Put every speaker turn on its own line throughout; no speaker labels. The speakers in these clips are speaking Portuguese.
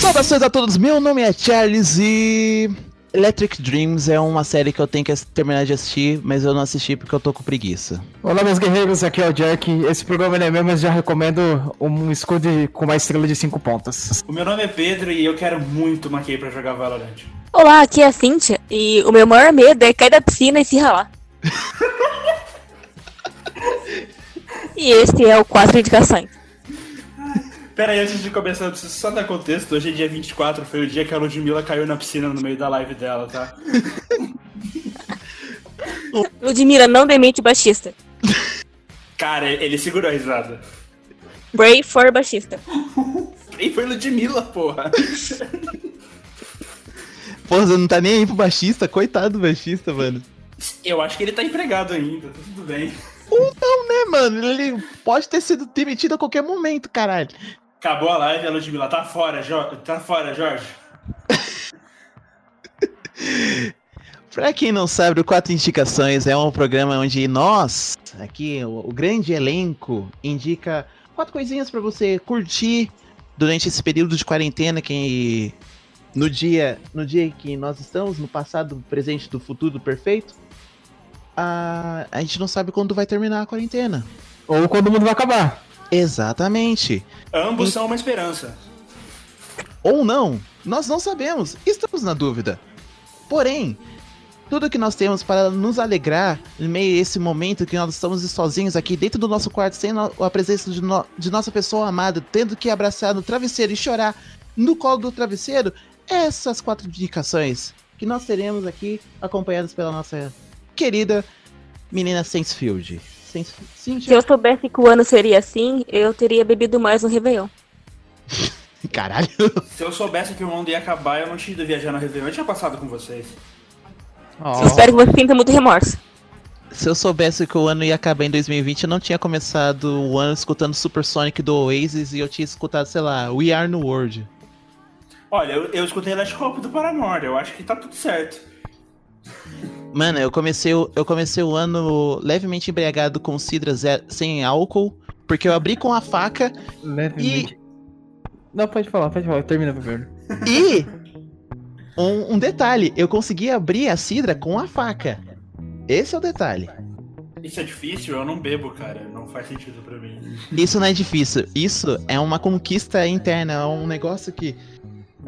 Saudações a todos, meu nome é Charles e. Electric Dreams é uma série que eu tenho que ass- terminar de assistir, mas eu não assisti porque eu tô com preguiça.
Olá, meus guerreiros, aqui é o Jack. Esse programa não é meu, mas já recomendo um escudo com uma estrela de 5 pontas.
O meu nome é Pedro e eu quero muito uma Kay pra jogar Valorant.
Olá, aqui é a Cintia e o meu maior medo é cair da piscina e se ralar. e este é o quatro indicações.
Pera aí, antes de começar, eu preciso só dar contexto. Hoje é dia 24, foi o dia que a Ludmilla caiu na piscina no meio da live dela, tá?
Ludmilla, não demente baixista.
Cara, ele segurou a risada.
Bray for baixista.
E foi Ludmilla, porra.
Porra, você não tá nem aí pro baixista, coitado do baixista, mano.
Eu acho que ele tá empregado ainda, tá tudo bem.
Ou não, né, mano? Ele pode ter sido demitido a qualquer momento, caralho.
Acabou a live, a Ludmilla tá fora, jo tá fora, Jorge.
Pra quem não sabe, o Quatro Indicações é um programa onde nós, aqui, o, o grande elenco, indica quatro coisinhas pra você curtir durante esse período de quarentena que no dia, no dia em que nós estamos, no passado, presente do futuro perfeito. A, a gente não sabe quando vai terminar a quarentena.
Ou quando o mundo vai acabar.
Exatamente.
Ambos são uma esperança.
ou não, nós não sabemos, estamos na dúvida. Porém, tudo que nós temos para nos alegrar em meio a esse momento que nós estamos sozinhos aqui dentro do nosso quarto, sem no- a presença de, no- de nossa pessoa amada, tendo que abraçar no travesseiro e chorar no colo do travesseiro, essas quatro indicações que nós teremos aqui, acompanhadas pela nossa querida menina Sensefield. Sense-
Se eu
Cynthia-
soubesse que o ano seria assim, eu teria bebido mais no Réveillon.
Caralho!
Se eu soubesse que o mundo ia acabar, eu não tinha ido viajar no Réveillon. Eu tinha passado com vocês.
Ó,
Espero que você sinta muito remorso.
Se eu soubesse que o ano ia acabar em 2020, eu não tinha começado o ano escutando Super Sonic do Oasis e eu tinha escutado, sei lá, We Are New World.
Olha, eu, eu escutei Last Hope do Paramore, eu acho que tá tudo certo.
Mano, eu comecei, o- eu comecei o ano levemente embriagado com cidra ze- sem álcool, porque eu abri com a faca
levemente. Não, pode falar, pode falar, termina primeiro.
e. Um, um detalhe, eu consegui abrir a cidra com a faca. Esse é o detalhe.
Isso é difícil, eu não bebo, cara. Não faz sentido pra mim.
Isso não é difícil. Isso é uma conquista interna, é um negócio que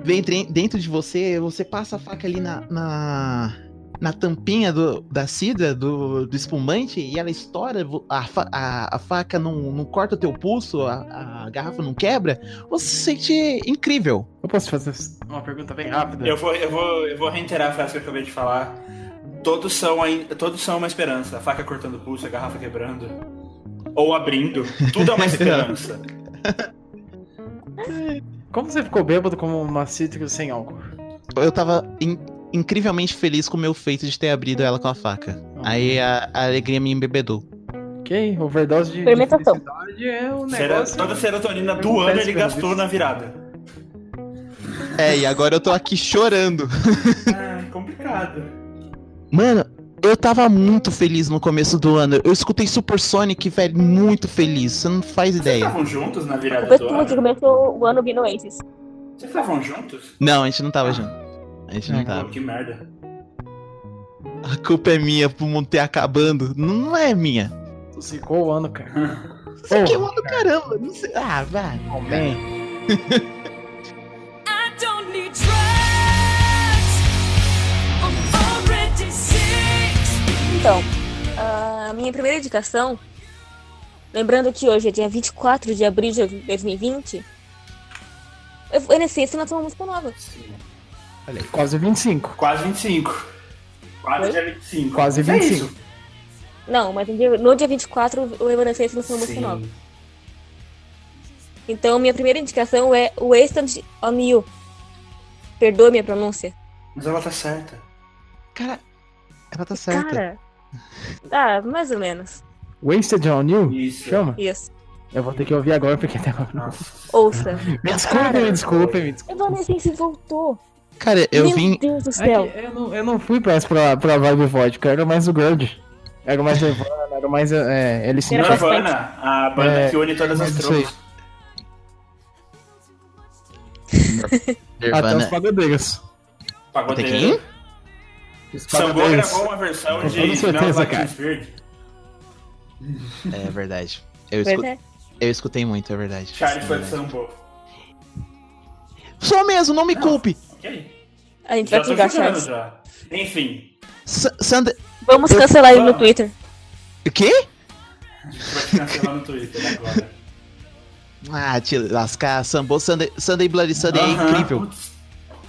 vem dren- dentro de você, você passa a faca ali na, na, na tampinha do, da cidra, do, do espumante, e ela estoura, vo- a, fa- a, a faca não, não corta o teu pulso, a, a garrafa não quebra, você se sente incrível.
Eu posso fazer uma pergunta bem rápida?
Eu vou, eu vou, eu vou reiterar a frase que eu acabei de falar. Todos são, ain- todos são uma esperança. A faca cortando o pulso, a garrafa quebrando. Ou abrindo. Tudo é uma esperança.
Como você ficou bêbado como uma cítrica sem álcool?
Eu tava in- incrivelmente feliz com o meu feito de ter abrido ela com a faca. Aí a, a alegria me embebedou.
Ok, overdose de, de
Fermentação.
felicidade é um
Sera-
negócio...
toda a serotonina
Eu
do
não
ano
peço
ele
pelo
gastou
visto.
na virada.
É, e agora eu tô aqui chorando.
Ah, complicado.
Mano, eu tava muito feliz no começo do ano. Eu escutei Super Sonic, velho, muito feliz. Você não faz ideia.
Estavam juntos na
O
é
virada do
pessoal que
ano?
começou o ano vindo antes.
Vocês estavam juntos?
Não, a gente não tava junto. A gente não
Não.
Pô,
tava.
que merda.
A culpa é minha pro mundo ter acabando. Não é minha.
Secou o ano, cara.
Isso aqui é uma do caramba. Não sei. Ah, vai.
Oh, man.
I don't need drugs. I'm already sick.
Então, a minha primeira indicação, lembrando que hoje é dia 24 de abril de 2020, eu vou Enescence lançou uma música nova.
Sim.
Quase 25.
Quase 25. Quase
Oi?
dia 25.
Quase
Mas é
25.
isso.
Não, mas no dia, no dia 24 o Evanescence lançou uma música nova.
Sim.
Então, minha primeira indicação é Wasted on You. Perdoa minha pronúncia.
Mas ela tá certa.
Cara, ela tá certa.
Cara, ah, mais ou menos.
Wasted on You?
Isso.
Chama?
Isso.
Eu vou ter que ouvir agora, porque até agora... não.
Nossa.
Ouça.
Me desculpe, me desculpe, me desculpe.
Evanescence voltou.
Cara, eu
Meu
vim.
Deus do
É que
céu.
eu, não, eu não fui pra, essa- pra, pra vibe vodka, era mais o grunge. Era mais Nirvana, era mais. É, ele se
Era-
Nirvana, a banda
É,
que une todas as
isso
tribos.
Até os
Nirvana.
pagodeiros.
Até
Pagodeiro.
quem?
Os
Sambô
pagodeiros.
gravou uma versão
Com
de
toda certeza,
Smell Like
cara.
Teen Spirit.
É verdade. Eu, escu-
Pois é.
eu escutei muito, é verdade.
Charlie
É
foi de
verdade.
Sambô.
Sou mesmo, não me culpe!
Ok.
A gente
Já
vai
tô
julgar,
jogando
Charles.
já. Enfim,
Sa- Sandra.
Vamos cancelar ele no
Vamos.
Twitter.
O quê?
a gente vai te cancelar no Twitter agora.
Ah, te lascar, Sambo, Sunday, Sunday Bloody Sunday
Aham.
é incrível.
Putz,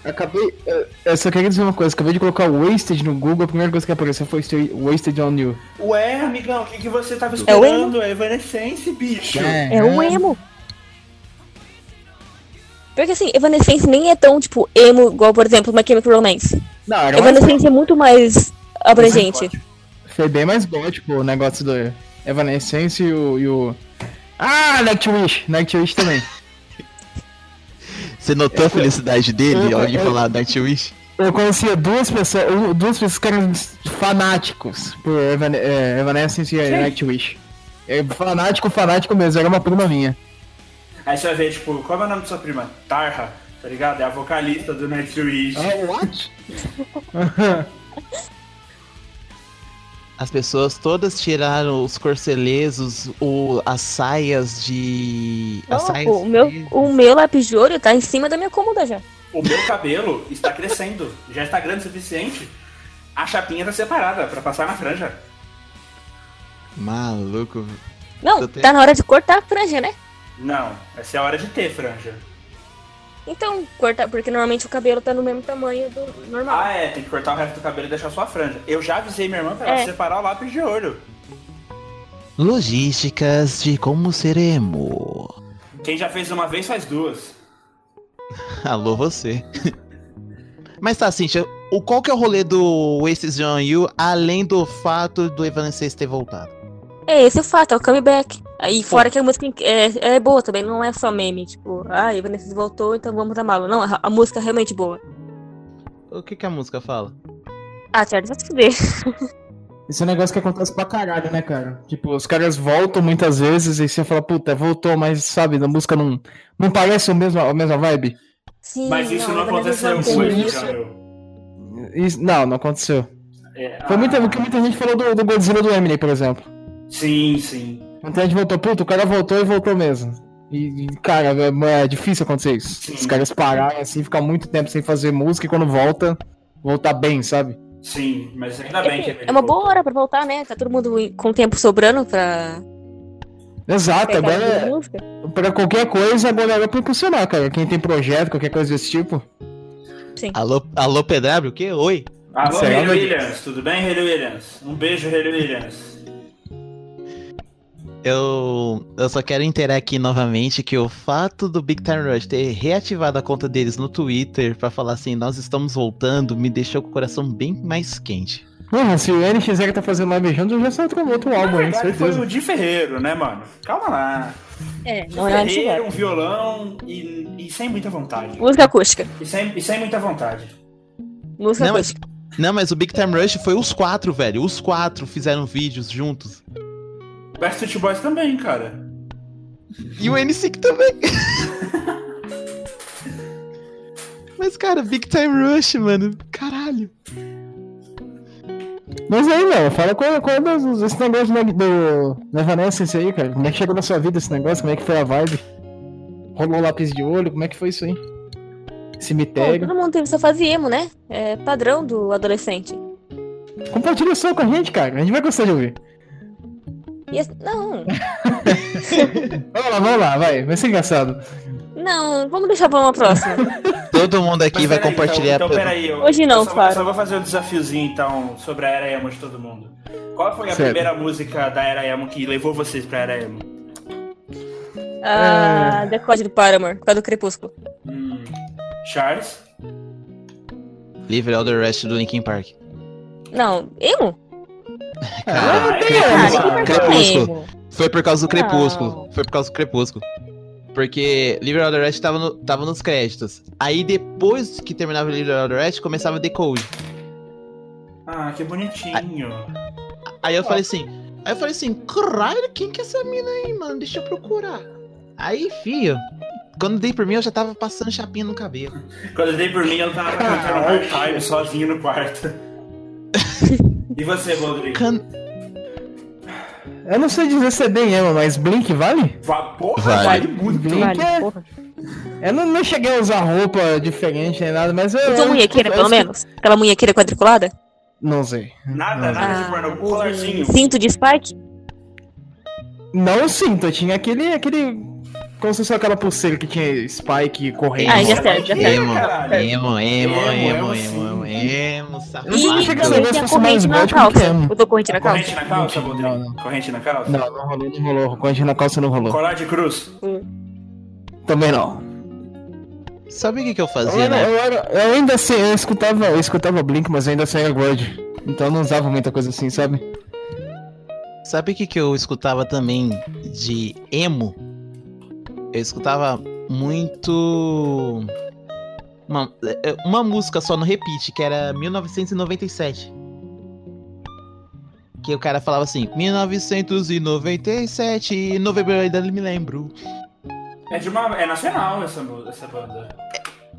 Acabei. eu- Eu só queria dizer uma coisa. Acabei de colocar Wasted no Google. A primeira coisa que apareceu foi Stay- Wasted on You.
Ué, amigão, o que, que você tava
É o emo?
esperando? É Evanescence, bicho.
É um emo. Pior que assim, Evanescence nem é tão, tipo, emo, igual, por exemplo, My Chemical Romance.
Não, era mais...
Evanescence é muito mais
é
abrangente.
Foi bem mais gótico o negócio do Evanescence e o. E o... Ah, Nightwish! Nightwish também.
Você notou a felicidade dele
eu-
ao de
eu-
falar Nightwish?
Eu conhecia duas pessoas, eu- duas pessoas que eram fanáticos por Evan- é, Evanescence e Nightwish. É, fanático, fanático mesmo, era uma prima minha.
Aí você vai ver, tipo, qual é o nome da sua prima? Tarha, tá ligado? É a vocalista do Nightwish.
É. what?
As pessoas todas tiraram os corcelezos, o, as saias de. As
Não,
saias
o, meu, o meu lápis de olho tá em cima da minha cômoda já.
O meu cabelo está crescendo, já está grande o suficiente. A chapinha tá separada pra passar na franja.
Maluco.
Não,
Eu tenho-
tá na hora de cortar a franja, né?
Não, essa é a hora de ter franja.
Então, cortar, porque normalmente o cabelo tá no mesmo tamanho do normal.
Ah, é, tem que cortar o resto do cabelo e deixar só a franja. Eu já avisei minha irmã pra ela
É.
separar o lápis de olho.
Logísticas de como seremos.
Quem já fez uma vez faz duas.
Alô, você. Mas tá, Cintia, o, qual que é o rolê do Wasted on You, além do fato do Evanescence ter voltado?
É, esse é o fato, é o comeback. Aí, fora que a música é, é boa também, não é só meme. Tipo, ah, Evanescence voltou, então vamos amá-lo. Não, a, a música é realmente boa.
O que, que a música fala?
Ah, Charles, vai se fuder.
Esse é um negócio que acontece pra caralho, né, cara? Tipo, os caras voltam muitas vezes e você fala, puta, voltou, mas sabe, a música não, não parece o mesmo, a mesma vibe.
Sim,
Mas isso não,
Evanescence
aconteceu
voltou
com
hoje,
ele,
nisso.
meu.
Isso- não, não aconteceu.
É,
Foi
ah,
muita, o que muita gente falou do, do Godzilla do Eminem, por exemplo.
Sim, sim.
Muita gente voltou, puta, o cara voltou e voltou mesmo. E, e, cara, é, é difícil acontecer isso.
Sim.
Os caras pararem assim, ficar muito tempo sem fazer música e quando volta, voltar bem, sabe?
Sim, mas ainda bem que
Enfim,
ele
É uma
voltou.
boa hora pra voltar, né? Tá todo mundo em- com tempo sobrando pra
Exato,
pegar a
agora é-
música.
pra qualquer coisa, agora é pra impulsionar, cara. Quem tem projeto, qualquer coisa desse tipo.
Alô, alô PW, o quê? Oi?
Alô,
Será,
Haley
meu Deus?
Williams, tudo bem, Haley Williams? Um beijo, Haley Williams.
Eu, eu só quero inteirar aqui novamente que o fato do Big Time Rush ter reativado a conta deles no Twitter pra falar assim, nós estamos voltando, me deixou com o coração bem mais quente.
Mano, se o NX0 tá fazendo live junto, já saiu outro, outro
Na
álbum, hein?
É verdade, foi
Certeza.
o Di Ferreiro, né, mano? Calma lá.
É, não é nada de
Ferreiro,
chegar.
um violão e, e sem muita vontade.
Música acústica.
E sem, e sem muita vontade.
Música
Não, é mas-
acústica.
Não, mas o Big Time Rush foi os quatro, velho. Os quatro fizeram vídeos juntos.
Backstreet Boys também, cara.
E o N5 também. mas, cara, Big Time Rush, mano. Caralho.
Mas aí, mano, fala qual, qual é dos- esse negócio do, do, do Evanescence aí, cara. Como é que chegou na sua vida esse negócio? Como é que foi a vibe? Rolou lápis de olho? Como é que foi isso aí?
Bom,
Cemitério.
todo mundo teve sua fase emo, né? É padrão do adolescente.
Compartilha o som com a gente, cara. A gente vai gostar de ouvir.
E assim, não,
Vamos lá, vamos lá, vai. Vai ser engraçado.
não, vamos deixar pra uma próxima.
Todo mundo aqui
Mas
vai
peraí,
compartilhar.
Então, então peraí. Eu,
Hoje não,
eu só,
Faro.
eu só vou fazer um desafiozinho, então, sobre a Era Emo de todo mundo. Qual foi a
Certo.
primeira música da Era Emo que levou vocês pra Era Emo?
Ah, Decode do Paramore, por causa do Crepúsculo.
Hum, Charles?
Livre All the Rest do Linkin Park.
Não, emo?
Ah,
tem
é,
essa.
cara,
Linkin Park não é
Crepúsculo.
emo.
Foi por causa do Crepúsculo.
Não.
Foi por causa do Crepúsculo. Porque Liberal All the Rest tava, no- tava nos créditos. Aí depois que terminava Liberal All the Rest, começava The Code.
Ah, que bonitinho.
Aí eu falei assim. Aí eu falei assim, caralho, quem que é essa mina aí, mano? Deixa eu procurar. Aí, fio, Quando dei por mim, eu já tava passando chapinha no cabelo.
Quando eu dei por mim, eu tava cantando part-time sozinho no quarto. E você, Rodrigo?
Can...
Eu não sei dizer se é bem emo, mas Blink vale?
Va- Porra,
Vale.
vale, muito.
Blink
Vale,
é.
porra.
Eu não, não cheguei a usar roupa diferente nem nada, mas eu.
Usou munhequeira,
eu-
um né, pelo
eu-
menos? Aquela munhequeira quadriculada?
Não sei.
Nada, nada de
Ah,
Um
pornô. Colarzinho.
Cinto de spike?
Não sinto, eu tinha aquele. aquele. Como se fosse aquela pulseira que tinha spike correndo.
Ah, já serve, já serve.
Emo,
caralho.
emo, emo,
Emo,
emo,
emo,
emo, emo,
Eu não
Ih,
achei que
safado.
esse
eu
negócio
tinha
fosse mais
corrente na
gótico que é?
calça.
emo.
Usou corrente na calça?
Corrente na calça,
Não,
Rodrigo?
não.
Corrente na calça?
Não, não rolou, não rolou. Corrente na calça não rolou.
Colar de cruz?
Também não.
Sabe o que, que eu
Eu,
fazia,
era,
né?
eu, era- eu ainda assim, eu escutava, eu escutava Blink, mas eu ainda assim era God. Então eu não usava muita coisa assim, sabe?
Sabe o que, que eu escutava também de emo? Eu escutava muito. Uma, é, uma música só no repeat, que era 1997. Que o cara falava assim: 1997, em novembro eu ainda me lembro.
É de uma. É nacional essa, mu- essa banda.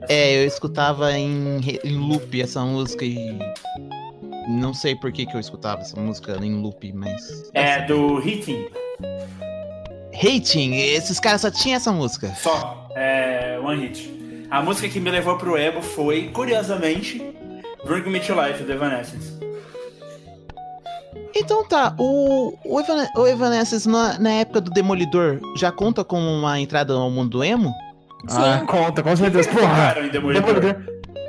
É, eu escutava em, re- em loop essa música e. Não sei por que, que eu escutava essa música em loop, mas.
É do Hitting.
Hating, esses caras só tinham essa música.
Só. É. One Hit. A música que me levou pro Ebo foi, curiosamente, Bring Me to Life, do Evanescence.
Então tá, o, o, Evan, o Evanescence na, na época do Demolidor já conta como uma entrada ao mundo do emo?
Ah, conta, com certeza. Porra!
Tocaram em Demolidor.
Demolidor.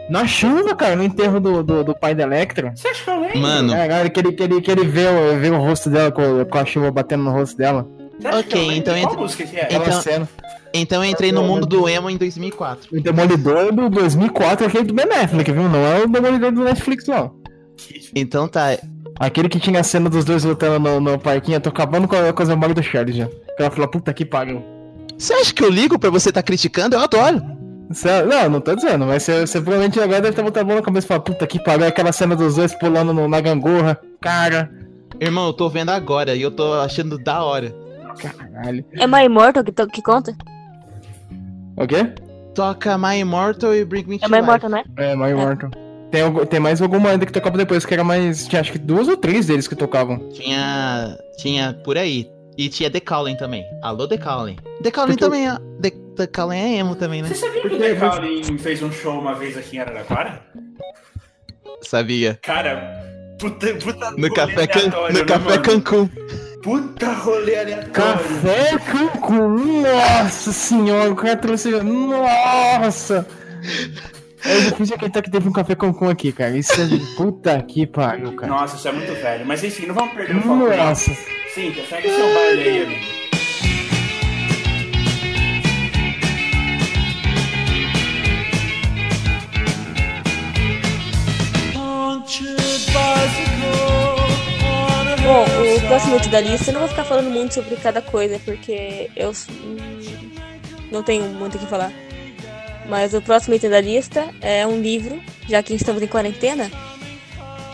Na chuva, cara, no enterro do, do, do pai da Electra.
Você acha que eu lembro?
Mano,
É, cara, que ele, que ele, que ele vê, o- vê o rosto dela com, com a chuva batendo no rosto dela.
Você acha que
Ok,
eu lembro?
então
Qual
entra-
música que é?
entra-
Aquela
Então-
cena.
então eu entrei no mundo do emo em 2004.
O Demolidor do 2004 é aquele do Ben Affleck, viu? Não é o Demolidor do Netflix, não.
Então tá,
Aquele que tinha a cena dos dois lutando no, no parquinho, eu tô acabando com, a- com as memórias do Charles já. Ela falou, puta que pariu.
você acha que eu ligo pra você tá criticando? Eu adoro.
Cê- Não, não tô dizendo, mas você, você provavelmente agora deve estar botando a mão na cabeça e falar, puta que pariu, aquela cena dos dois pulando no- na gangorra. Cara,
Irmão, eu tô vendo agora e eu tô achando da hora.
caralho.
É My Immortal que, to- que conta? É
O quê?
Toca My Immortal e Bring Me to
É My
Life.
Immortal, né?
É, My Immortal. Tem, algu- tem mais alguma ainda que tocava depois, que era mais. Tinha acho que duas ou três deles que tocavam.
Tinha. Tinha por aí. E tinha The Calling também. Alô, The Calling. The Calling
Porque-
também é. The, The Calling é emo também, né?
Você sabia que o
é
The Calling fez um show uma vez aqui em Araraquara?
Sabia.
Cara, puta, puta
No
rolê
café, Can...
aleatório,
no
né,
café
mano?
Cancún.
Puta rolê aleatório.
Café Cancún! Nossa senhora, o cara trouxe. Nossa! É difícil acreditar que teve um café Cancún aqui, cara. Isso é de puta que pariu, cara.
Nossa, isso é muito velho. Mas enfim, não vamos perder o foco. não.
Nossa.
Cíntia, segue seu baile aí, amigo.
Bom, o próximo item da lista, eu não vou ficar falando muito sobre cada coisa, porque eu hum, não tenho muito o que falar. Mas o próximo item da lista é um livro, já que estamos em quarentena.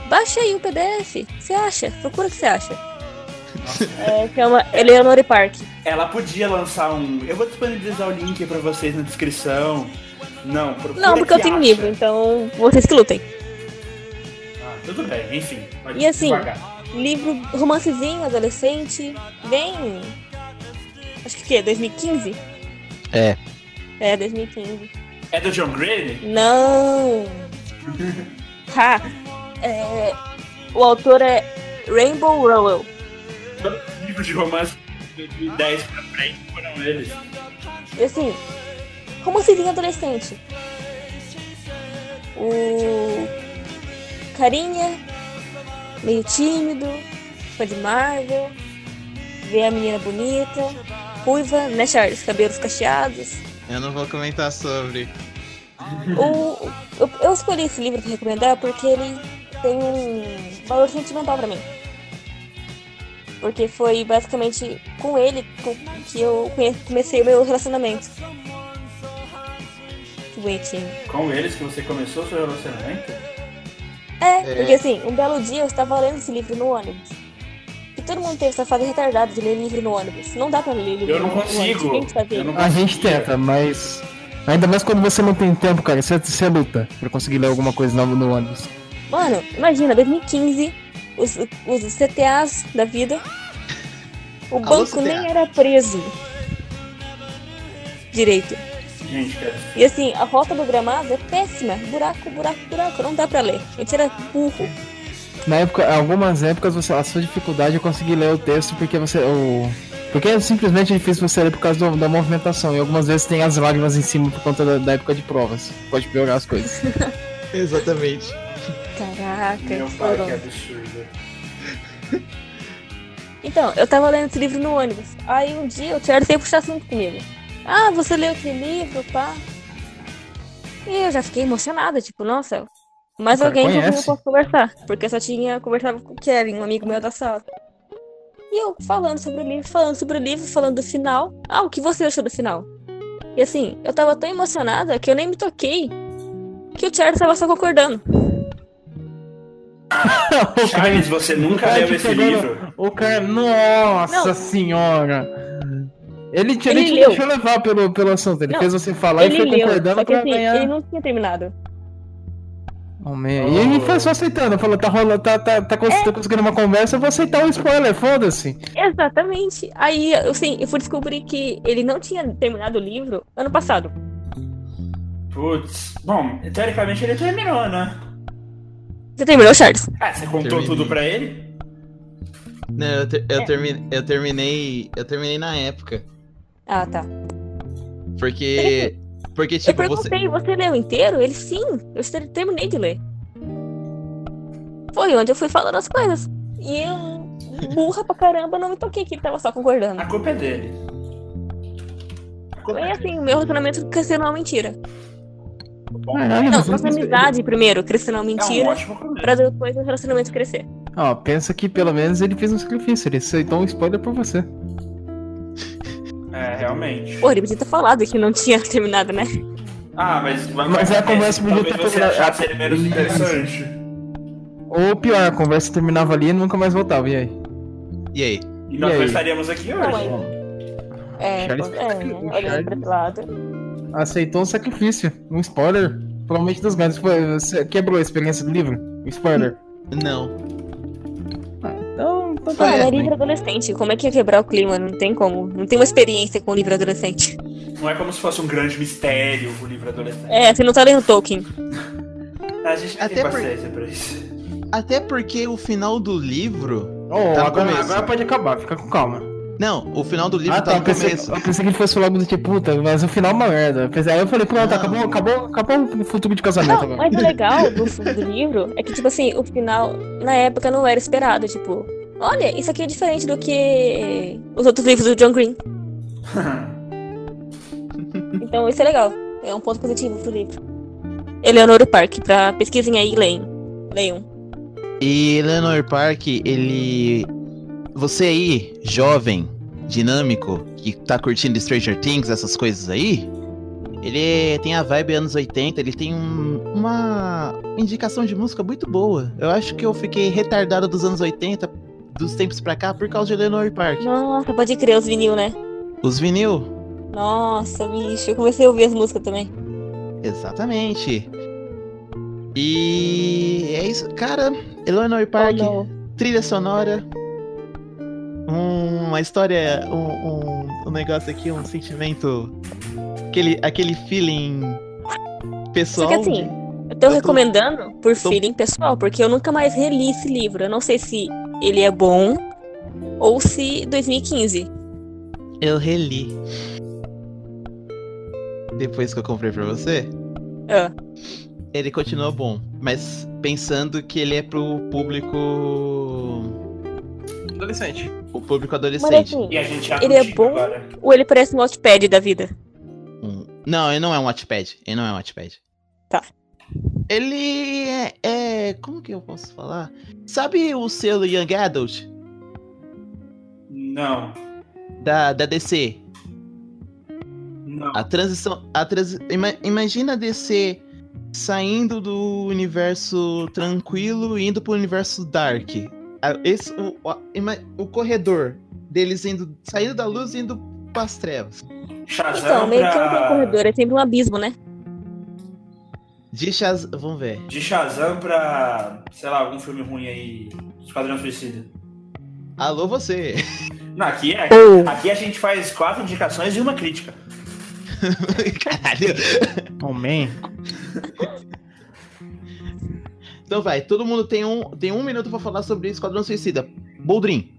Baixa aí o PDF, você acha? Procura o que você acha. É, chama Eleanor Park.
Ela podia lançar um. Eu vou disponibilizar o link pra vocês na descrição. Não, procura
Não, porque
é que
eu tenho
acha.
livro, então vocês que lutem.
Ah, tudo bem, enfim. pode
E assim,
devagar.
Livro, romancezinho, adolescente, bem. Acho que o quê? 2015?
É.
É, 2015.
É do John Green?
Não! ha! É, o autor é Rainbow Rowell.
Todos os livros de romance de 2010 pra frente foram eles.
E assim, romancezinho adolescente. O. Carinha, meio tímido, fã de Marvel, vê a menina bonita, ruiva, né, Charles? Cabelos cacheados.
Eu não vou comentar sobre.
O- eu, eu escolhi esse livro pra recomendar porque ele tem um valor sentimental pra mim. Porque foi basicamente com ele co- que eu conhe- comecei o meu relacionamento. Que bonitinho.
Com eles que você começou seu relacionamento?
É, porque assim, um belo dia eu estava lendo esse livro no ônibus. E Todo mundo teve essa fase retardada de ler livro no ônibus. Não dá pra ler livro
Eu não
no ônibus.
consigo.
Quem que vai ver?
Eu não-
A gente tenta, mas. Ainda mais quando você não tem tempo, cara. Você, você luta pra conseguir ler alguma coisa nova no ônibus.
Mano, imagina, 2015, os, os CTAs da vida. O banco
CTA.
nem era preso. Direito.
Gente, cara.
E assim, a rota do gramado é péssima. Buraco, buraco, buraco. Não dá pra ler. A gente era burro.
Na época, algumas épocas, você, a sua dificuldade é conseguir ler o texto porque você. O, porque é simplesmente difícil você ler por causa do- da movimentação. E algumas vezes tem as lágrimas em cima por conta da, da época de provas. Pode piorar as coisas.
Exatamente.
Caraca,
Meu pai, que
foram.
absurdo.
Então, eu tava lendo esse livro no ônibus. Aí um dia o Thiago veio puxar assunto comigo. Ah, você leu aquele livro, pá. E eu já fiquei emocionada, tipo, nossa, mais
O cara
alguém com quem eu
conhece.
posso conversar. Porque eu só tinha conversado com o Kevin, um amigo meu da sala. E eu falando sobre o livro, falando sobre o livro, falando do final. Ah, o que você achou do final? E assim, eu tava tão emocionada que eu nem me toquei que o Thiago tava só concordando.
Charles, você nunca
Cara,
leu
te
esse
pegando-
livro?
O cara. Nossa
Não.
senhora! Ele te, ele
Ele
te
leu.
deixou levar pelo, pelo assunto. Ele
Não,
fez você falar e
ele
foi
leu,
concordando
só que
pra
assim,
ganhar.
ele não tinha terminado.
Homem, E ele foi só aceitando, falou, tá rolando, tá, tá, tá,
É.
cons- tá conseguindo uma conversa, eu vou aceitar o spoiler, foda-se.
Exatamente. Aí, assim, eu fui descobrir que ele não tinha terminado o livro ano passado.
Putz. Bom, teoricamente ele terminou, né?
Você terminou, Charles?
Ah, você contou
Terminei.
tudo pra ele?
Não, eu, ter-
É.
eu, termi- eu terminei. Eu terminei na época.
Ah, tá.
Porque. Porque,
eu
tipo, você.
perguntei, você... leu inteiro? Ele, sim, eu ter- terminei de ler. Foi onde eu fui falando as coisas. E eu, burra pra caramba, não me toquei que ele tava só concordando.
A culpa é dele. A culpa
Foi
é dele.
assim, meu relacionamento cresceu numa mentira.
Bom,
Caralho,
Não,
mas
nossa
ele-
amizade primeiro cresceu numa
É um
mentira,
ótimo começo.
pra depois o relacionamento crescer.
Ó, pensa que pelo menos ele fez um sacrifício, ele aceitou um spoiler pra você.
É, realmente.
Pô, ele podia ter falado que não tinha terminado, né?
Ah, mas...
Mas é a conversa podia
Talvez
ter
você
terminado-
achasse ele menos interessante.
Ou pior, a conversa terminava ali e nunca mais voltava, e aí?
E aí?
E nós
E
não
aí?
estaríamos aqui
Não,
hoje.
aí- É,
Charles-
é
o
olhando pra esse lado.
Aceitou um sacrifício, um spoiler, provavelmente dos grandes, foi- você quebrou a experiência do livro, um spoiler.
Não.
Ah, então, então tá
Mano, é
bom.
livro adolescente. Como é que ia quebrar o clima? Não tem como. Não tem uma experiência com um livro adolescente.
Não é como se fosse um grande mistério o livro adolescente.
É, você não tá lendo Tolkien.
A gente não
Até
tem
por-
paciência pra isso.
Até porque o final do livro.
Ó,
Tá no
agora,
começo.
agora pode acabar, fica com calma.
Não, o final do livro
Ah,
tá,
tá. Eu
no
pensei,
começo.
eu pensei que fosse logo do tipo, puta, mas o final é uma merda. Eu pensei- aí eu falei, pronto,
Não.
acabou, acabou, acabou o futuro de casamento
Não,
agora.
mas o legal do, do livro é que, tipo assim, o final, na época, não era esperado. Tipo, olha, isso aqui é diferente do que os outros livros do John Green. Então, isso é legal. É um ponto positivo pro livro. Eleanor Park, pra pesquisem aí e leiam. Leiam.
E Eleanor Park, ele. Você aí, jovem, dinâmico, que tá curtindo Stranger Things, essas coisas aí. Ele tem a vibe anos 80, ele tem um- uma indicação de música muito boa. Eu acho que eu fiquei retardado dos anos 80, dos tempos pra cá, por causa de Eleanor Park.
Nossa, pode crer os vinil, né?
Os vinil?
Nossa, bicho, eu comecei a ouvir as músicas também.
Exatamente. E é isso. Cara, Eleanor Park.
Oh, não.
trilha sonora, um- uma história, um, um, um negócio aqui, um sentimento, aquele, aquele feeling
Só
pessoal.
que assim, eu tô
Eu tô-
recomendando por
tô-
feeling pessoal, porque eu nunca mais reli esse livro. Eu não sei se ele é bom ou se 2015.
Eu reli. Depois que eu comprei pra você,
Ah,
ele continua bom, mas pensando que ele é pro público.
Adolescente.
O público
mas
adolescente.
assim,
E a gente
Ele é
adultinho
bom?
agora.
ou ele parece um Wattpad da vida?
Um- Não, ele não é um Watchpad. Ele não é um Watchpad.
Tá.
Ele é, é- Como que eu posso falar? Sabe o selo Young Adult
Não.
da, da DC?
Não.
Ah.
A transição. A transi... ima- Imagina a DC saindo do universo tranquilo e indo pro universo dark. a- esse, o, o- ima- o corredor deles indo, saindo da luz e indo pras trevas.
Shazam
Então, meio que não tem
pra-
corredor, é sempre um abismo, né?
De Shaz... Vamos ver.
De Shazam pra, sei lá, algum filme ruim aí, Esquadrão Suicida.
Alô, você.
Não, aqui, é-
Ou-
aqui a gente faz quatro indicações e uma crítica.
Caralho.
Oh, man.
Então vai, todo mundo tem um, tem um minuto pra falar sobre Esquadrão Suicida. Boldrin.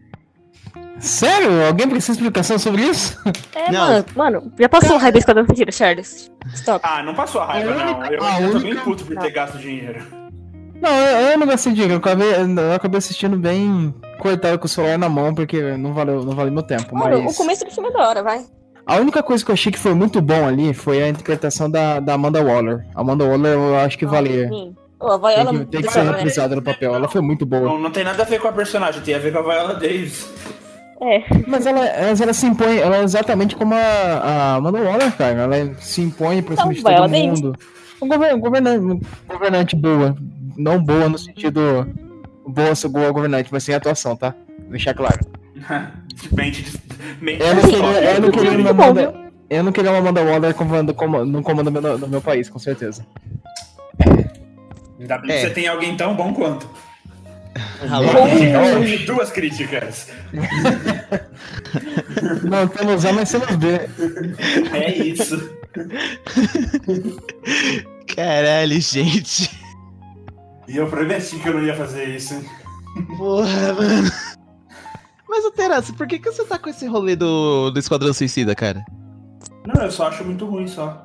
Sério? Alguém precisa de explicação sobre isso?
É,
Não.
mano, mano, já passou o raio do Esquadrão Suicida, Charles. Stop.
Ah, não passou a raiva,
É a
não.
única-
Eu,
a
eu tô
única- Tá.
bem puto por ter gasto dinheiro.
Não, eu, eu não gastei dinheiro. Eu acabei, eu acabei assistindo bem cortado com o celular na mão, porque não valeu, não valeu meu tempo.
Mano,
mas...
o começo do filme é da hora, vai.
A única coisa que eu achei que foi muito bom ali foi a interpretação da, da Amanda Waller. A Amanda Waller, eu acho que valia.
Sim. Ô, a
Tem
Viola
que, tem que ser
Viola, né?
reprisada no papel. Ela foi muito boa.
Não, não tem nada a ver com a personagem, tem a ver com a Viola Davis.
É,
Mas ela, mas ela se impõe, ela é exatamente como a, a Amanda Waller, cara. Ela se impõe pra cima
Então,
de
vai,
todo
ela vem.
mundo. Um govern- governante, um governante boa. Não boa no sentido boa, sou boa governante, mas sem atuação, tá? Deixar claro.
mente de- mente
Eu não
de-
queria, eu não
muito
queria uma
bom,
Amanda, eu não queria uma Amanda Waller comando, comando, no comando do meu- do meu país, com certeza.
Ainda bem que
É.
você tem alguém tão bom quanto.
Alô,
Duas críticas.
Não temos A, mas temos B.
É isso.
Caralho, gente.
E eu prometi que eu não ia fazer isso. hein?
Porra, mano. Mas, ô, Terassi, por que, que você tá com esse rolê do, do Esquadrão Suicida, cara?
Não, eu só acho muito ruim só.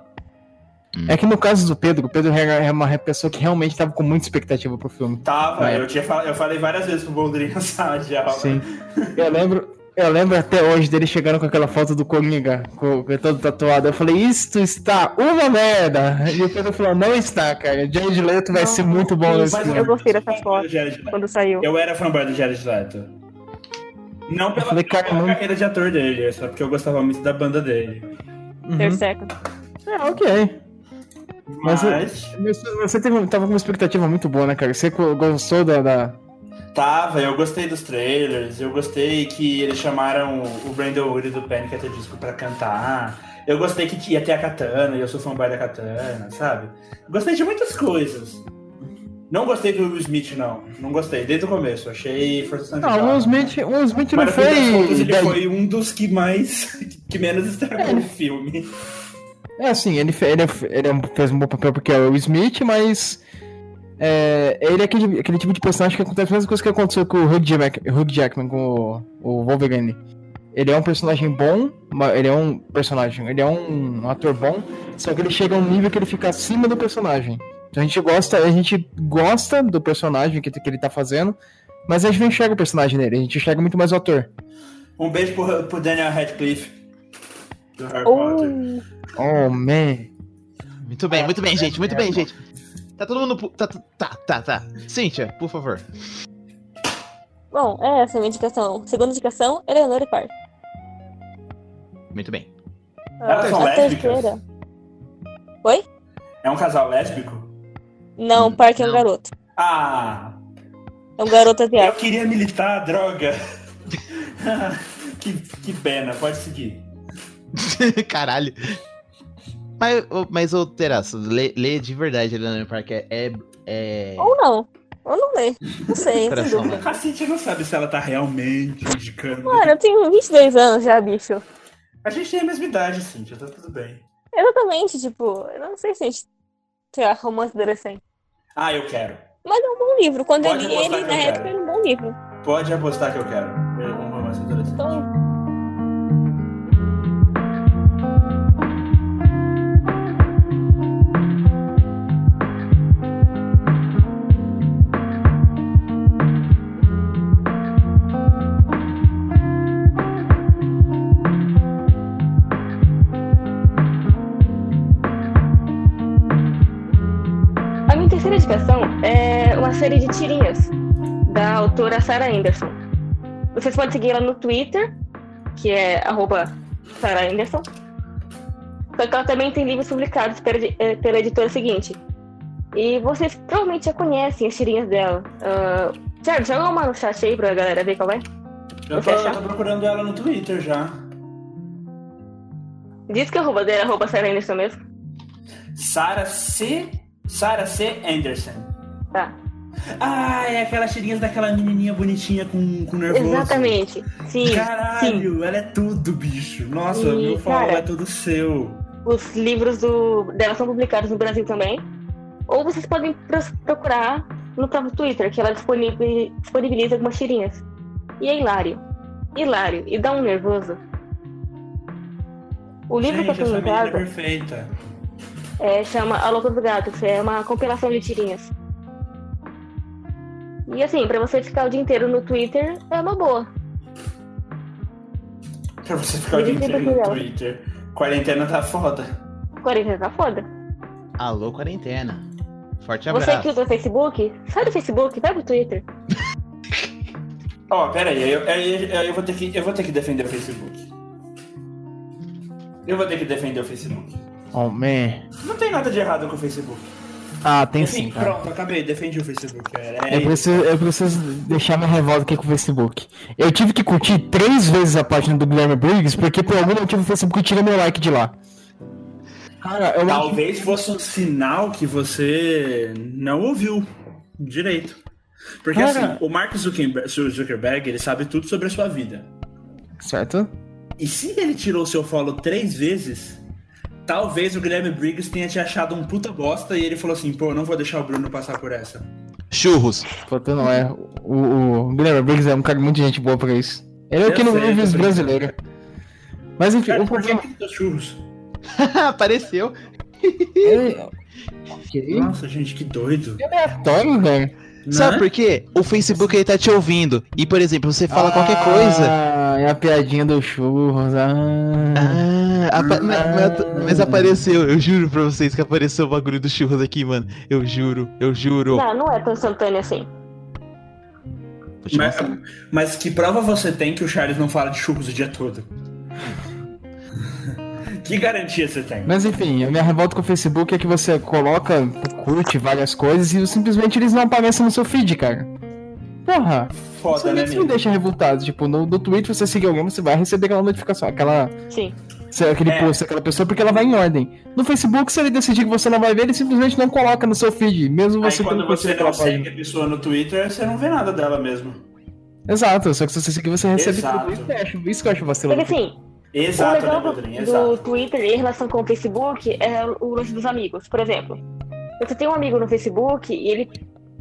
É que no caso do Pedro, o Pedro é uma pessoa que realmente tava com muita expectativa pro filme.
Tava,
Vai.
eu, tinha fal- eu falei várias vezes pro Boldrin na sala de aula.
É. Sim. Eu lembro, eu lembro até hoje dele chegando com aquela foto do Coringa, com, com todo tatuado. Eu falei, isto está uma merda! E o Pedro falou, não está, cara. Jared Leto vai ser muito bom nesse
Mas
filme.
eu gostei dessa
é
foto
Jared Leto.
quando saiu.
Eu era fanboy do Jared Leto. Não pela,
falei, cara,
pela
não-
carreira de ator dele, é só porque eu gostava muito da banda dele.
Uhum.
Third Second.
É, ok. Mas
Mas,
eu- Mas Você teve, tava com uma expectativa muito boa, né, cara? Você co- gostou da. da-
tava, eu gostei dos trailers, eu gostei que eles chamaram o Brandon Wood do Panic! At the Disco pra cantar. Eu gostei que ia ter a Katana, e eu sou fanboy da Katana, sabe? Gostei de muitas coisas. Não gostei do Will Smith, não. Não gostei, desde o começo. Achei forçação de
Não, Ah, o
barra.
Will Smith, o Will Smith não
Mas, no fim das contas,
fez.
ele foi um dos que mais. que menos estragou o filme.
É assim, ele, fe- ele, ele fez um bom papel porque é o Will Smith, mas. é, ele é aquele, aquele tipo de personagem que acontece a mesma coisa que aconteceu com o Hugh Jack- Hugh Jackman, com o, o Wolverine. Ele é um personagem bom, ma- ele é um personagem, ele é um ator bom, só que ele chega a um nível que ele fica acima do personagem. Então a gente gosta, a gente gosta do personagem que, que ele tá fazendo, mas a gente não enxerga o personagem nele, a gente enxerga muito mais o ator.
Um beijo pro, pro Daniel Radcliffe. Do Harry Potter.
Ou-
Oh, man.
Muito bem, muito
É,
bem, gente, muito bem, gente. Tá todo mundo. pu- Tá, tá, tá, tá. Cíntia, por favor.
Bom, é essa é a minha indicação. Segunda indicação, Eleanor e Park.
Muito bem.
Elas são
a
lésbicas?
terceira.
É um casal lésbico?
Não, Park é um
Não.
garoto.
Ah!
É um garoto
Eu
asiático.
queria militar, droga! que, que pena, pode seguir.
Caralho. Mas, ô, mas ô, Teraço, lê, lê de verdade, Helena Park. É. é, é...
Ou não. Ou não lê. Não sei, não tenho
Coração,
dúvida.
né?
A Cintia não sabe se ela tá realmente indicando.
Mano, eu tenho 22 anos já, bicho.
A gente tem a mesma idade, Cintia, tá tudo bem.
Exatamente, tipo, eu não sei se a gente tem a romance adolescente.
Ah, eu quero.
Mas é um bom livro. Quando
Pode
eu li
mostrar
ele,
que
na
eu quero.
época, era um bom livro.
Pode apostar que eu quero. É um romance adolescente.
Então, A minha terceira indicação é uma série de tirinhas da autora Sarah Anderson. Vocês podem seguir ela no Twitter, que é arroba Sarah Anderson. Só que ela também tem livros publicados pela, edi- eh, pela editora seguinte. E vocês provavelmente já conhecem as tirinhas dela. Ah, Sérgio, joga uma no chat aí pra galera ver qual é.
Eu tô,
Você achou?
eu tô procurando ela no Twitter já.
Diz que é arroba dele, arroba Sérgio Anderson mesmo.
Sarah C. Sarah C. Anderson.
Tá.
Ah, é aquelas tirinhas daquela menininha bonitinha com, com nervoso.
Exatamente. Sim, sim.
Caralho, ela é tudo, bicho. Nossa,
E,
meu farol
cara-
é tudo seu.
Os livros do... dela são publicados no Brasil também. Ou vocês podem pros- procurar no próprio Twitter, que ela disponibi- disponibiliza algumas tirinhas. E é hilário. Hilário. E dá um nervoso. O livro
Gente,
que
essa
eu tenho em
menina é
casa
perfeita.
É, chama A Louca do Gato, que é uma compilação de tirinhas. E assim, pra você ficar o dia inteiro no Twitter, é uma boa.
Pra você ficar o dia
Livre
inteiro no
dela.
Twitter. Quarentena tá foda.
Quarentena tá foda.
Alô, quarentena. Forte
Você que
abraço.
usa o Facebook, sai do Facebook, vai pro Twitter.
Ó, pera aí, eu, eu, eu- eu vou ter que, eu vou ter que defender o Facebook. Eu vou ter que defender o Facebook.
Oh, man.
Não tem nada de errado com o Facebook.
Ah, tem
Enfim,
sim, cara.
pronto, acabei, defendi o Facebook. cara. É
Eu
isso.
preciso, eu preciso deixar minha revolta aqui com o Facebook. Eu tive que curtir três vezes a página do Guilherme Briggs, porque por algum motivo o Facebook tira meu like de lá. Cara, eu acho
Talvez fosse um sinal que você não ouviu direito. Porque
Cara.
assim, o Mark Zuckerberg, Zuckerberg, ele sabe tudo sobre a sua vida.
Certo?
E se ele tirou seu follow três vezes, talvez o Guilherme Briggs tenha te achado um puta bosta e ele falou assim, pô, eu não vou deixar o Bruno passar por essa.
Churros.
Puta, não é. O, o Guilherme Briggs é um cara de muita gente boa pra isso. Ele é o
Eu
que não
sei,
vive
tô
os
brincando.
brasileiros. Mas enfim, um
Cara,
o
por que
problema.
que deu churros?
Apareceu.
Ele- Ok.
Nossa, gente, que doido.
Que aleatório, velho.
Sabe
Né?
por quê? O Facebook ele tá te ouvindo. E, por exemplo, você fala qualquer
Ah,
coisa.
É a piadinha do churros. Ah.
Ah, apa- ma- ma- mas apareceu, eu juro pra vocês que apareceu o bagulho do churros aqui, mano. Eu juro, eu juro.
Não, não é tão instantâneo assim.
Vou te
Mas,
mostrar.
mas que prova você tem que o Charles não fala de churros o dia todo? que garantia você tem?
Mas enfim, a minha revolta com o Facebook é que você coloca, curte várias coisas e simplesmente eles não aparecem no seu feed, cara. Porra, isso, é
Foda, né,
isso me
amigo?
deixa revoltado. Tipo, no, no Twitter você segue alguém, você vai receber aquela notificação, aquela,
Sim.
se- aquele
É.
post daquela pessoa, porque ela vai em ordem. No Facebook, se ele decidir que você não vai ver, ele simplesmente não coloca no seu feed, mesmo
Aí
você
quando
tendo curtido
você não
aquela página.
segue a pessoa no Twitter, você não vê nada dela mesmo.
Exato, só que se você seguir, você recebe
Exato.
tudo. Isso que eu acho, isso que eu acho vacilo.
Porque assim, o
Exato, né,
legal do,
Pedrinho?
do
Exato.
Twitter em relação com o Facebook é o lance dos amigos. Por exemplo, você tem um amigo no Facebook e ele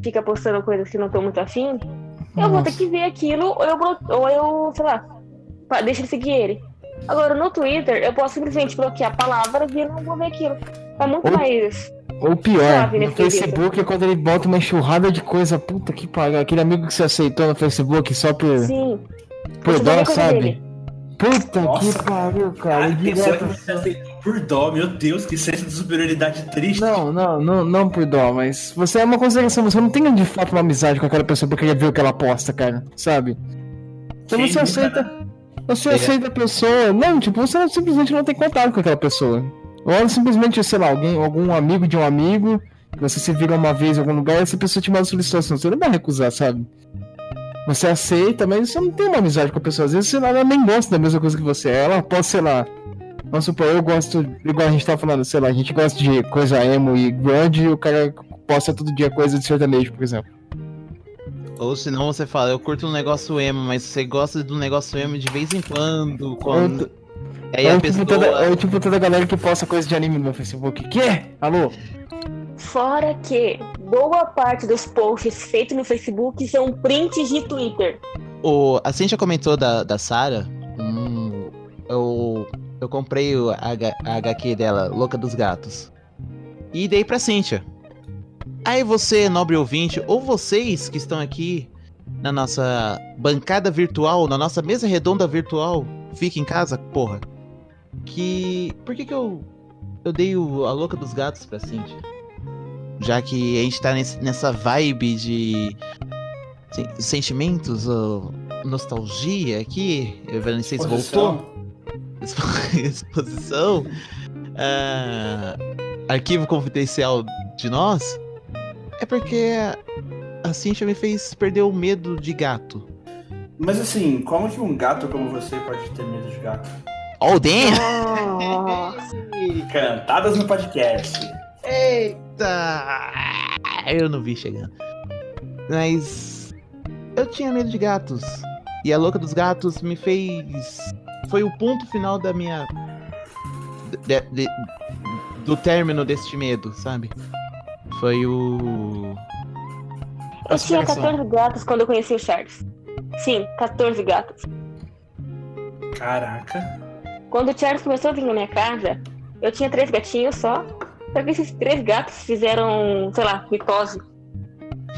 fica postando coisas que não tô muito afim, eu vou ter que ver aquilo ou eu, blo- ou eu sei lá, pa- deixa de seguir ele. Agora, no Twitter, eu posso simplesmente bloquear palavras e eu não vou ver aquilo. É muito
Ou-
mais.
Ou pior,
Suave, né,
no Facebook é quando ele bota uma enxurrada de coisa. Puta que pariu. Aquele amigo que você aceitou no Facebook só por,
Sim.
por
Você vai
dó,
ver coisa
sabe?
dele.
Puta
Nossa.
que pariu, cara.
Cara,
E
pessoa que
direto-
você aceitou por dó, meu Deus, que senso de superioridade triste.
Não, não, não, não por dó, mas você é uma consideração. Você não tem de fato uma amizade com aquela pessoa porque já viu o que ela posta, cara, sabe? Então
Quem
você
nunca,
aceita.
né?
Você
É.
aceita a pessoa. Não, tipo, você não- simplesmente não tem contato com aquela pessoa. Ou ela simplesmente, sei lá, alguém, algum amigo de um amigo, que você se vira uma vez em algum lugar e essa pessoa te manda solicitação. Você não vai recusar, sabe? Você aceita, mas você não tem uma amizade com a pessoa. Às vezes sei lá, ela nem gosta da mesma coisa que você. é. Ela pode, sei lá. Vamos supor, eu gosto, igual a gente tá falando, sei lá, a gente gosta de coisa emo e grande e o cara posta todo dia coisa de sertanejo, por exemplo.
Ou senão você fala, eu curto um negócio emo, mas você gosta de um negócio emo de vez em quando. Quando...
Ou-
Aí
ou
a
tipo
pessoa.
toda, ou tipo toda a galera que posta coisa de anime no meu Facebook. Quê? Alô?
Fora que boa parte dos posts feitos no Facebook são prints de Twitter.
O, a Cintia comentou da, da Sarah. Hum, eu, eu comprei o H, a HQ dela, Louca dos Gatos. E dei pra Cintia. Aí você, nobre ouvinte, ou vocês que estão aqui na nossa bancada virtual, na nossa mesa redonda virtual, fica em casa, porra. Que. Por que que eu, eu dei o, a Louca dos Gatos pra Cintia? Já que a gente tá nesse- nessa vibe de Sen- sentimentos ou nostalgia aqui, Evanescence voltou,
Posição.
Expo- exposição, ah, arquivo confidencial de nós, é porque a Cintia me fez perder o medo de gato.
Mas assim, como que um gato como você pode ter medo de gato?
Oh, damn!
Nossa.
Cantadas no podcast.
Eita! Eu não vi chegando. Mas eu tinha medo de gatos. E a louca dos gatos me fez. Foi o ponto final da minha. de- de- do término deste medo, sabe? Foi o.
Eu tinha
Classificação.
14 gatos quando eu conheci o Charles. Sim, 14 gatos.
Caraca.
Quando o Charles começou a vir na minha casa, eu tinha três gatinhos só. Só que esses três gatos fizeram, sei lá, mitose.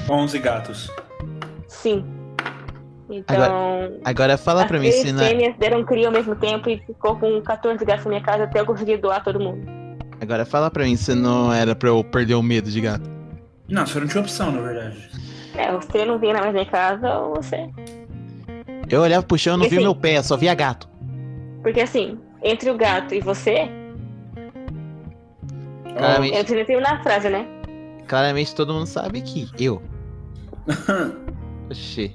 11 gatos.
Sim. Então,
Agora fala
as
pra mim
três
se é, na.
fêmeas deram cria ao mesmo tempo e ficou com 14 gatos na minha casa até eu conseguir doar todo mundo.
Agora fala pra mim se não era pra eu perder o medo de gato.
Não, você não tinha opção, na verdade.
É, você não vinha na minha casa, ou você...
Eu olhava pro chão e não
Esse-
via meu pé, só via gato.
Porque assim, entre o gato e você, eu
Claramente,
não preciso nem terminar a frase, né?
claramente todo mundo sabe que eu. Oxê.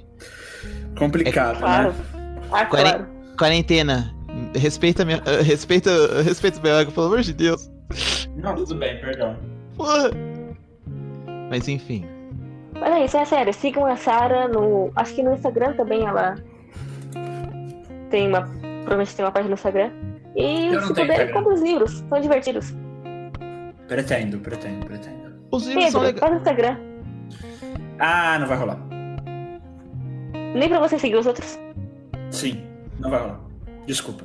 Complicado,
É Claro.
né?
Ah,
Quarenta-
claro.
Quarentena. Respeita minha. eh, Respeita, respeita o Belago, pelo amor de Deus.
Não, tudo bem, perdão.
Porra. Mas enfim.
Mas é isso, é sério. Sigam a Sarah no. Acho que no Instagram também ela. Tem uma. Provavelmente tem uma página no Instagram. E
Eu não
se
tenho
puderem,
Instagram.
compra os livros. São divertidos.
Pretendo, pretendo, pretendo.
Os livros são
Pedro,
legais.
faz o Instagram.
Ah, não vai rolar.
Nem pra você seguir os outros.
Sim, não vai rolar. Desculpa.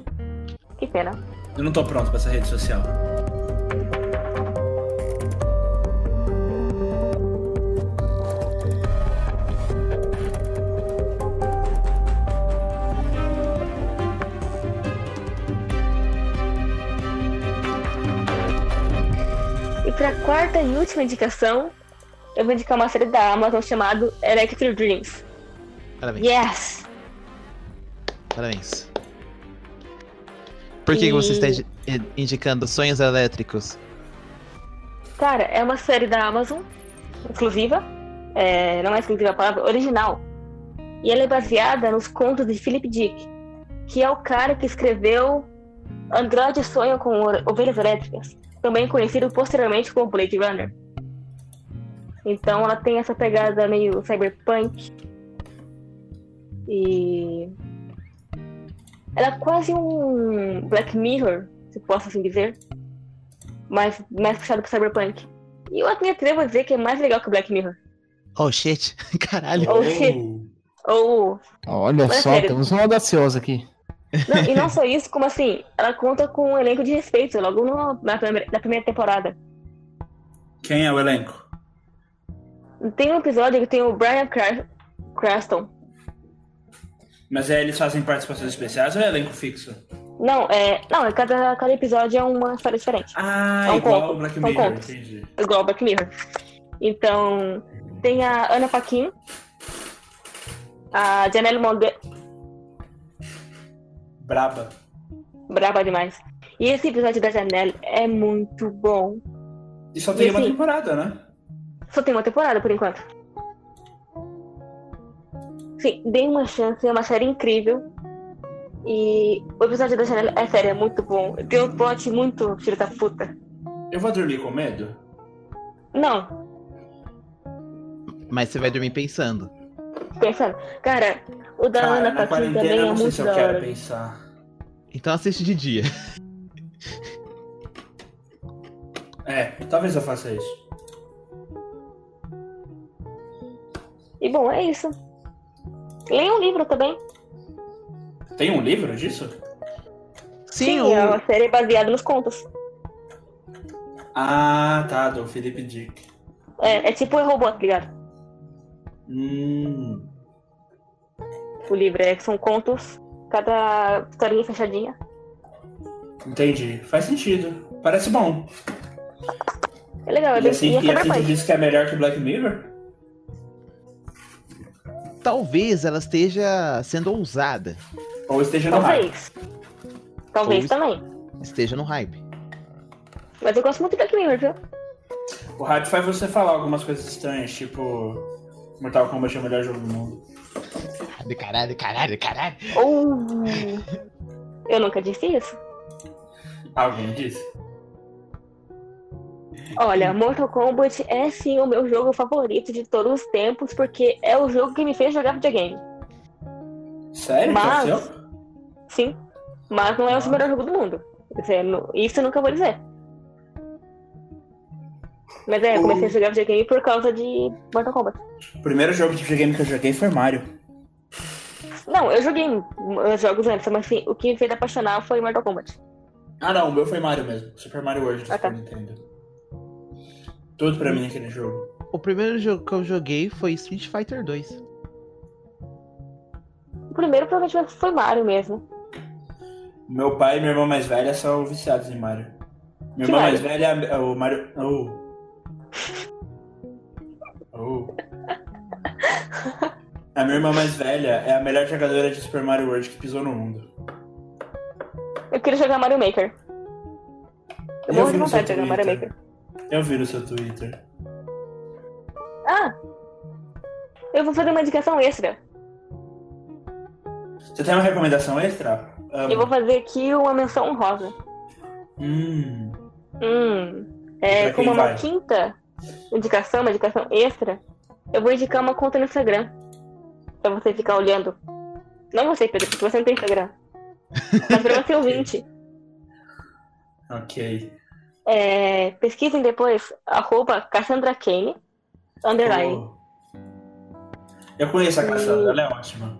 Que pena.
Eu não tô pronto pra essa rede social.
E pra quarta e última indicação, eu vou indicar uma série da Amazon chamada Electro Dreams.
Parabéns,
Yes!
parabéns. Por que, que você está
E-
indi- eh, indicando sonhos elétricos?
Cara, é uma série da Amazon, exclusiva. É, não é exclusiva a palavra, original. E ela é baseada nos contos de Philip Dick, que é o cara que escreveu Android Sonha com Ore- Ovelhas Elétricas, também conhecido posteriormente como Blade Runner. Então ela tem essa pegada meio cyberpunk. E. Ela é quase um Black Mirror, se posso assim dizer mais, mais puxado pro Cyberpunk. E eu até me atrevo a dizer que é mais legal que o Black Mirror.
Oh shit, caralho.
Ou se- Ou.
Olha
Mas é
só,
sério.
temos um audacioso aqui.
Não, e não só isso, como assim, ela conta com um elenco de respeito logo no- na, primeira, na primeira temporada.
Quem é o elenco?
Tem um episódio que tem o Brian Cra- Cranston.
Mas é, eles fazem participações especiais ou é elenco fixo?
Não, é. Não, é cada, cada episódio é uma história diferente.
Ah,
É um
igual
conto,
o Black
são
Mirror,
contos.
entendi.
igual Black Mirror. Então, tem a Ana Paquin, a Janelle Monde
Braba.
braba demais. E esse episódio da Janelle é muito bom.
E só tem
E
uma
assim-
temporada, né?
Só tem uma temporada por enquanto. Sim, dei uma chance, é uma série incrível. E o episódio da janela é sério, é muito bom. Tem um plot muito filho da puta.
Eu vou dormir com medo?
Não,
Mas você vai dormir pensando.
pensando. Cara, o da
Cara,
Ana
na
Paquin
quarentena
também
eu
é
não sei se
muito
eu
da
quero
hora.
pensar.
Então assiste de dia.
É, talvez eu faça isso.
E bom, é isso. Leia um livro também.
Tem um livro disso?
Sim,
é
o...
uma série baseada nos contos.
Ah, tá, do Felipe Dick.
É, é tipo o robô, tá ligado?
Hum.
O livro é que são contos, cada historinha fechadinha.
Entendi. Faz sentido. Parece bom.
É legal, é
E
bem
assim,
e é
e assim tu
cyberpunk.
disse que é melhor que Black Mirror?
talvez ela esteja sendo ousada.
Ou esteja no hype?
Talvez. Talvez
Ou-
também.
Esteja no hype.
Mas eu gosto muito da Black Mirror, viu?
O hype faz você falar algumas coisas estranhas, tipo. Mortal Kombat é o melhor jogo do mundo.
Caralho, caralho, caralho, caralho.
Ou. Eu nunca disse isso.
Alguém disse?
Olha, Mortal Kombat é sim o meu jogo favorito de todos os tempos, porque é o jogo que me fez jogar videogame.
Sério?
Mas-
Isso aconteceu?
Sim. Mas não é o melhor jogo do mundo. Quer dizer, não- Isso eu nunca vou dizer. Mas é, eu comecei a jogar videogame por causa de Mortal Kombat.
O primeiro jogo de videogame que eu joguei foi Mario.
Não, eu joguei eh, jogos antes, mas assim, o que me fez apaixonar foi Mortal Kombat.
Ah não, o meu foi Mario mesmo. Super Mario World do
Ah, tá.
Super Nintendo. Tudo pra mim naquele jogo.
O primeiro jogo que eu joguei foi Street Fighter 2.
O primeiro provavelmente foi Mario mesmo.
Meu pai e minha irmã mais velha são viciados em Mario. Minha
Que
irmã
Mario?
mais velha é o Mario. Oh. Oh. A minha irmã mais velha é a melhor jogadora de Super Mario World que pisou no mundo.
Eu queria jogar Mario Maker. Eu morro de
vi no seu
vontade de jogar Mario
Twitter.
Maker.
Eu vi no seu Twitter.
Ah! Eu vou fazer uma indicação extra.
Você tem uma recomendação extra? Amo.
Eu vou fazer aqui uma menção honrosa.
Hum.
Hum, é,
Pra quem
como uma
vai?
quinta indicação, uma indicação extra, eu vou indicar uma conta no Instagram. Pra você ficar olhando. Não você, Pedro, porque você não tem Instagram. Mas pra você ouvinte.
Ok.
É, pesquisem depois, arroba Cassandra Kane, underline.
Oh. Eu conheço a Cassandra, ela é ótima.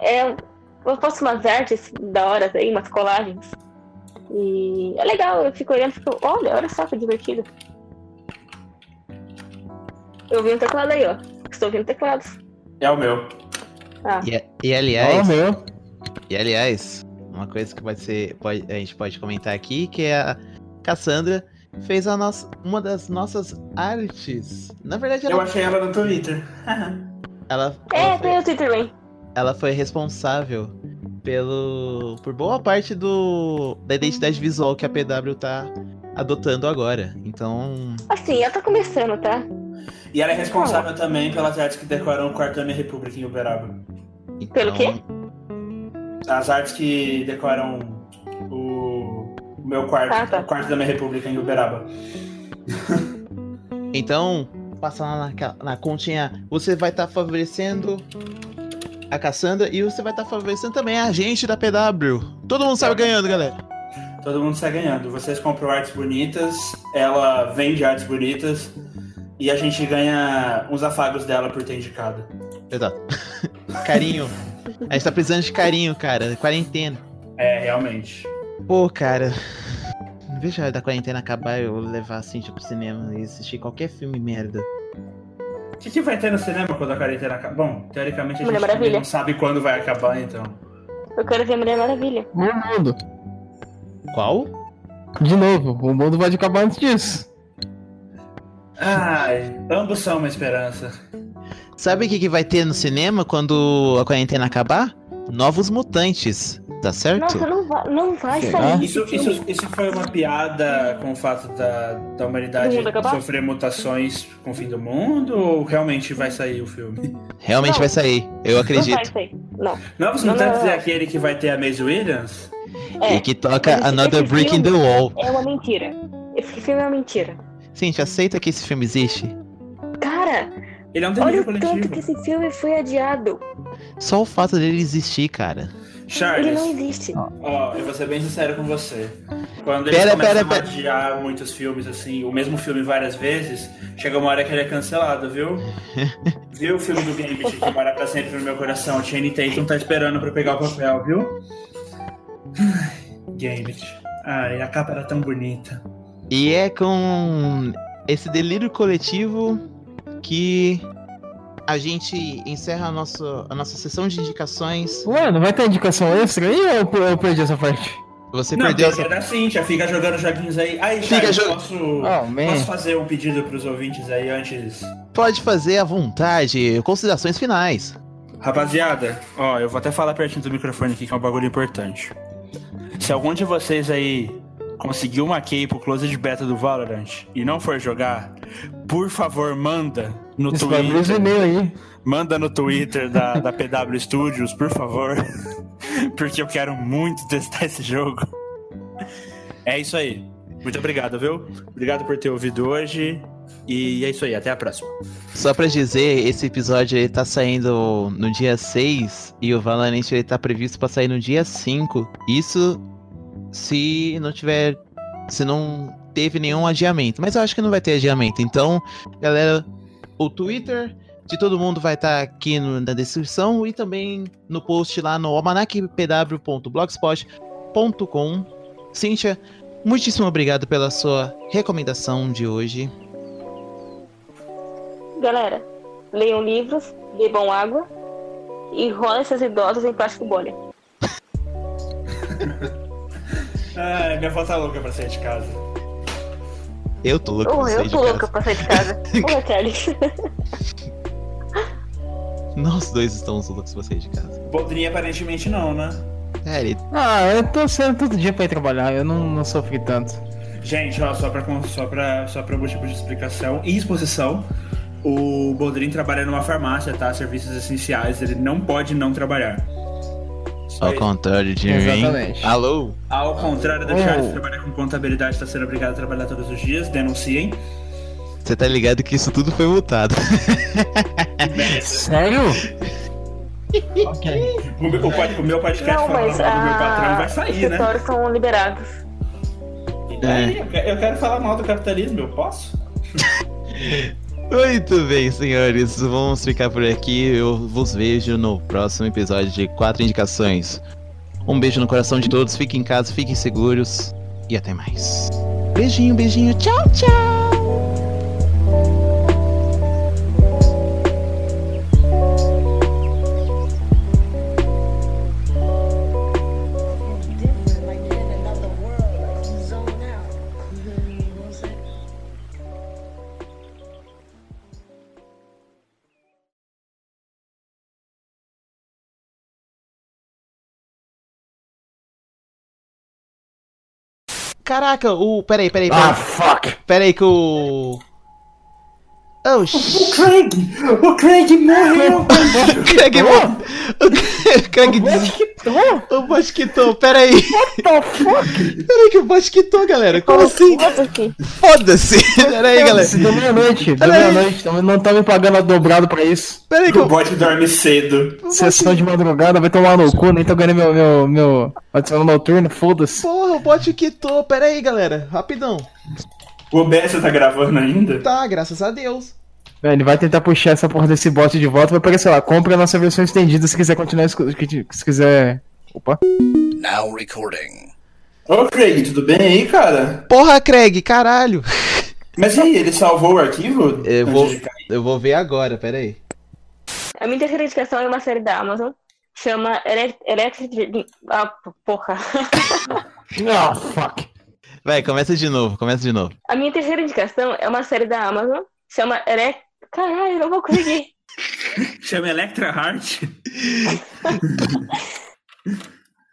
É, eu faço umas artes da hora aí, umas colagens. E é legal, eu fico olhando e fico, olha, olha só que divertido. Eu vi um teclado aí, ó. Estou ouvindo teclados.
É o meu.
Ah,
E, e aliás,
meu.
e aliás, uma coisa que pode ser, pode- a gente pode comentar aqui que é a Cassandra fez a nossa, uma das nossas artes. Na verdade,
Eu
ela,
achei ela no Twitter.
ela,
é,
ela,
tem
foi,
o Twitter também.
ela foi responsável pelo por boa parte do da
Hum.
identidade visual que a PW tá adotando agora. Então,
Assim, ela tá começando, tá?
E ela é responsável também pelas artes que decoram o quarto da minha república em Uberaba.
então
quê?
As artes que decoram o o meu quarto,
Ah, tá.
o quarto da minha república em Uberaba.
Então, passando lá naquela- na continha, você vai estar favorecendo a Cassandra e você vai estar favorecendo também a gente da PW. Todo mundo sabe ganhando, galera.
Todo mundo está ganhando. Vocês compram artes bonitas, ela vende artes bonitas e a gente ganha uns afagos dela por ter indicado.
Exato. Carinho. A gente tá precisando de carinho, cara. Quarentena.
É, realmente.
Pô, cara. Não vejo a hora da quarentena acabar e eu levar a Cintia pro cinema e assistir qualquer filme merda.
O que, que vai ter no cinema quando a quarentena acabar? Bom, teoricamente a
Mulher
gente
Maravilha.
também não sabe quando vai acabar, então.
Eu quero ver a Mulher Maravilha.
Meu mundo.
Qual?
De novo, o mundo vai acabar antes disso.
Ai, ambos são uma esperança.
Sabe o que, que vai ter no cinema quando a quarentena acabar? Novos mutantes. Tá certo? Ah,
Nossa, não vai, não vai
Será?
sair.
Isso, isso, isso foi uma piada com o fato da, da humanidade
Do mundo acabar?
sofrer mutações com o fim do mundo? Ou realmente vai sair o filme?
Realmente
Não.
vai sair. Eu
Não
acredito.
vai sair. Não.
Novos
Não,
Mutantes
não, não.
é aquele que vai ter a Maisie Williams?
E
É,
que toca
Mas esse-
Another
esse
Brick in the
filme-
Wall.
é uma mentira. Esse filme é uma mentira.
Gente, aceita que esse filme existe?
Cara,
Ele é um delírio
olha o tanto que
coletivo.
esse filme foi adiado.
Só o fato dele existir, cara.
Ele não
Charles,
existe.
ó, eu vou ser bem sincero com você. Quando eles
Pera,
começam
pera,
a
pera.
adiar muitos filmes, assim, o mesmo filme várias vezes, chega uma hora que ele é cancelado, viu? viu o filme do Gambit que mora pra sempre no meu coração? Channing Tatum tá esperando pra pegar o papel, viu? Gambit. Ai, a capa era tão bonita.
E é com esse delírio coletivo que a gente encerra a nossa, a nossa sessão de indicações.
Ué, não vai ter indicação extra aí ou eu, eu perdi essa parte?
Você
Não,
perdeu
perdeu é
essa.
da Cintia, fica jogando joguinhos aí. Aí,
Fica
Charles,
jo-
posso,
Oh, man.
posso fazer um pedido pros ouvintes aí antes?
Pode fazer à vontade. Considerações finais.
Rapaziada, ó, eu vou até falar pertinho do microfone aqui, que é um bagulho importante. Se algum de vocês aí conseguir uma key pro close de beta do Valorant e não for jogar, Por favor, manda no
Disponibiliza o
Twitter.
e-mail aí.
Manda no Twitter da, da PW Studios, por favor. Porque eu quero muito testar esse jogo. É isso aí. Muito obrigado, viu? Obrigado por ter ouvido hoje. E é isso aí. Até a próxima.
Só pra dizer, esse episódio ele tá saindo no dia 6 e o Valorant ele tá previsto pra sair no dia 5. Isso se não tiver. Se não teve nenhum adiamento. Mas eu acho que não vai ter adiamento. Então, galera, o Twitter de todo mundo vai estar aqui no- na descrição e também no post lá no almanacpw.blogspot.com. Cíntia, muitíssimo obrigado pela sua recomendação de hoje.
Galera, leiam livros, bebam água e rolem seus idosos em plástico bolha.
Ah, minha foto tá louca pra sair de casa.
Eu tô louco. pra
Oh, eu
sair de
tô
casa.
louca pra sair de casa. Ô, Charles.
Nós dois estamos loucos pra sair de casa.
Podrinha aparentemente não, né?
É, ele-
Ah, eu tô saindo todo dia pra ir trabalhar, eu não, não sofri tanto.
Gente, ó, só pra, con- só pra, só pra um tipo de explicação e exposição, o Bodrin trabalha numa farmácia, tá? Serviços essenciais, ele não pode não trabalhar. Só
ao
isso.
contrário de mim.
Exatamente.
Alô?
Ao contrário do
Oh.
Charles, que trabalha com contabilidade, está sendo obrigado a trabalhar todos os dias, denunciem.
Você tá ligado que isso tudo foi multado.
Sério? ok.
O meu, o pod- o meu podcast
Não,
falar
mas
mal do meu patrão
a...
vai
os
sair, né?
escritórios são liberados.
E
É.
daí? Eu quero- Eu quero falar mal do capitalismo, eu posso?
Muito bem, senhores. Vamos ficar por aqui. Eu vos vejo no próximo episódio de Quatro Indicações. Um beijo no coração de todos. Fiquem em casa, fiquem seguros. E até mais. Beijinho, beijinho. Tchau, tchau.
different, like you're in another world, like you zone out. You know what I'm saying?
Caraca, o. Peraí, peraí,
Ah,
peraí.
fuck!
Peraí que o. Oh,
O Craig! O Craig morreu!
Craig. O Craig. O bot quitou, peraí. What
Tá
the fuck? Peraí que o bot quitou, galera. Como assim? Foda-se. Peraí, galera.
Deu meia-noite, deu
Peraí.
meia-noite, então não tá me pagando dobrado pra isso.
Peraí que
O
eu...
bot dorme cedo.
Sessão de madrugada, vai tomar no cu, nem tô ganhando meu, meu, meu adicional noturno, foda-se.
Porra, o bot quitou. Peraí, galera. Rapidão.
O OBS tá gravando ainda?
Tá, graças a Deus.
Velho, Ele vai tentar puxar essa porra desse bot de volta, vai pegar, sei lá, compra a nossa versão estendida se quiser continuar escutando, se quiser... Opa.
Now recording.
Ô Craig, tudo bem aí, cara?
Porra, Craig, caralho.
Mas e aí, ele salvou o arquivo?
Eu
antes
vou,
de cair?
eu vou ver agora, peraí.
A minha terceira indicação é uma série da Amazon. Chama Elec- Electric... Ah, porra.
Ah, fuck.
Vai, começa de novo, começa de novo.
A minha terceira indicação é uma série da Amazon. Chama Elec... Caralho, eu não vou conseguir.
Chama Electra Heart.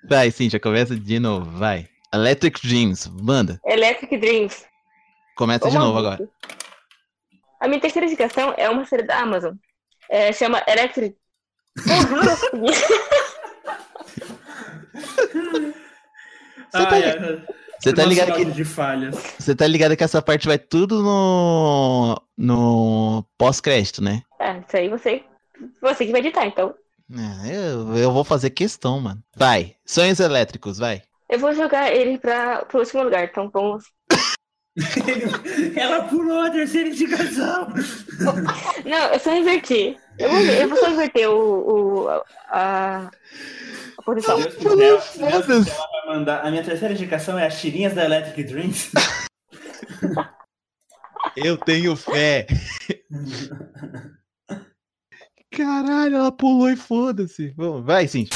Vai, Cintia, começa de novo, vai. Electric Dreams, manda.
Electric Dreams.
Começa de
Uma
novo
música.
agora.
A minha terceira indicação é uma série da Amazon. É, chama Electric. Porra,
Você tá ligado- Você tá ligado que
de falhas.
Você tá ligado que essa parte vai tudo no. no pós-crédito, né?
ah, isso aí você, você que vai editar, então.
É, Eu, eu vou fazer questão, mano. Vai. Sonhos elétricos, vai.
Eu vou jogar ele para o último lugar, então vamos.
Ela pulou a terceira indicação.
Não, eu só inverti. Eu vou, eu vou só inverter o, o- a, a posição.
Deus quiser, se Deus
Foda-se.
quiser, ela vai mandar. A minha terceira indicação é as tirinhas da Electric Dreams.
Eu tenho fé. Caralho, ela pulou e foda-se. Bom, vai, sim.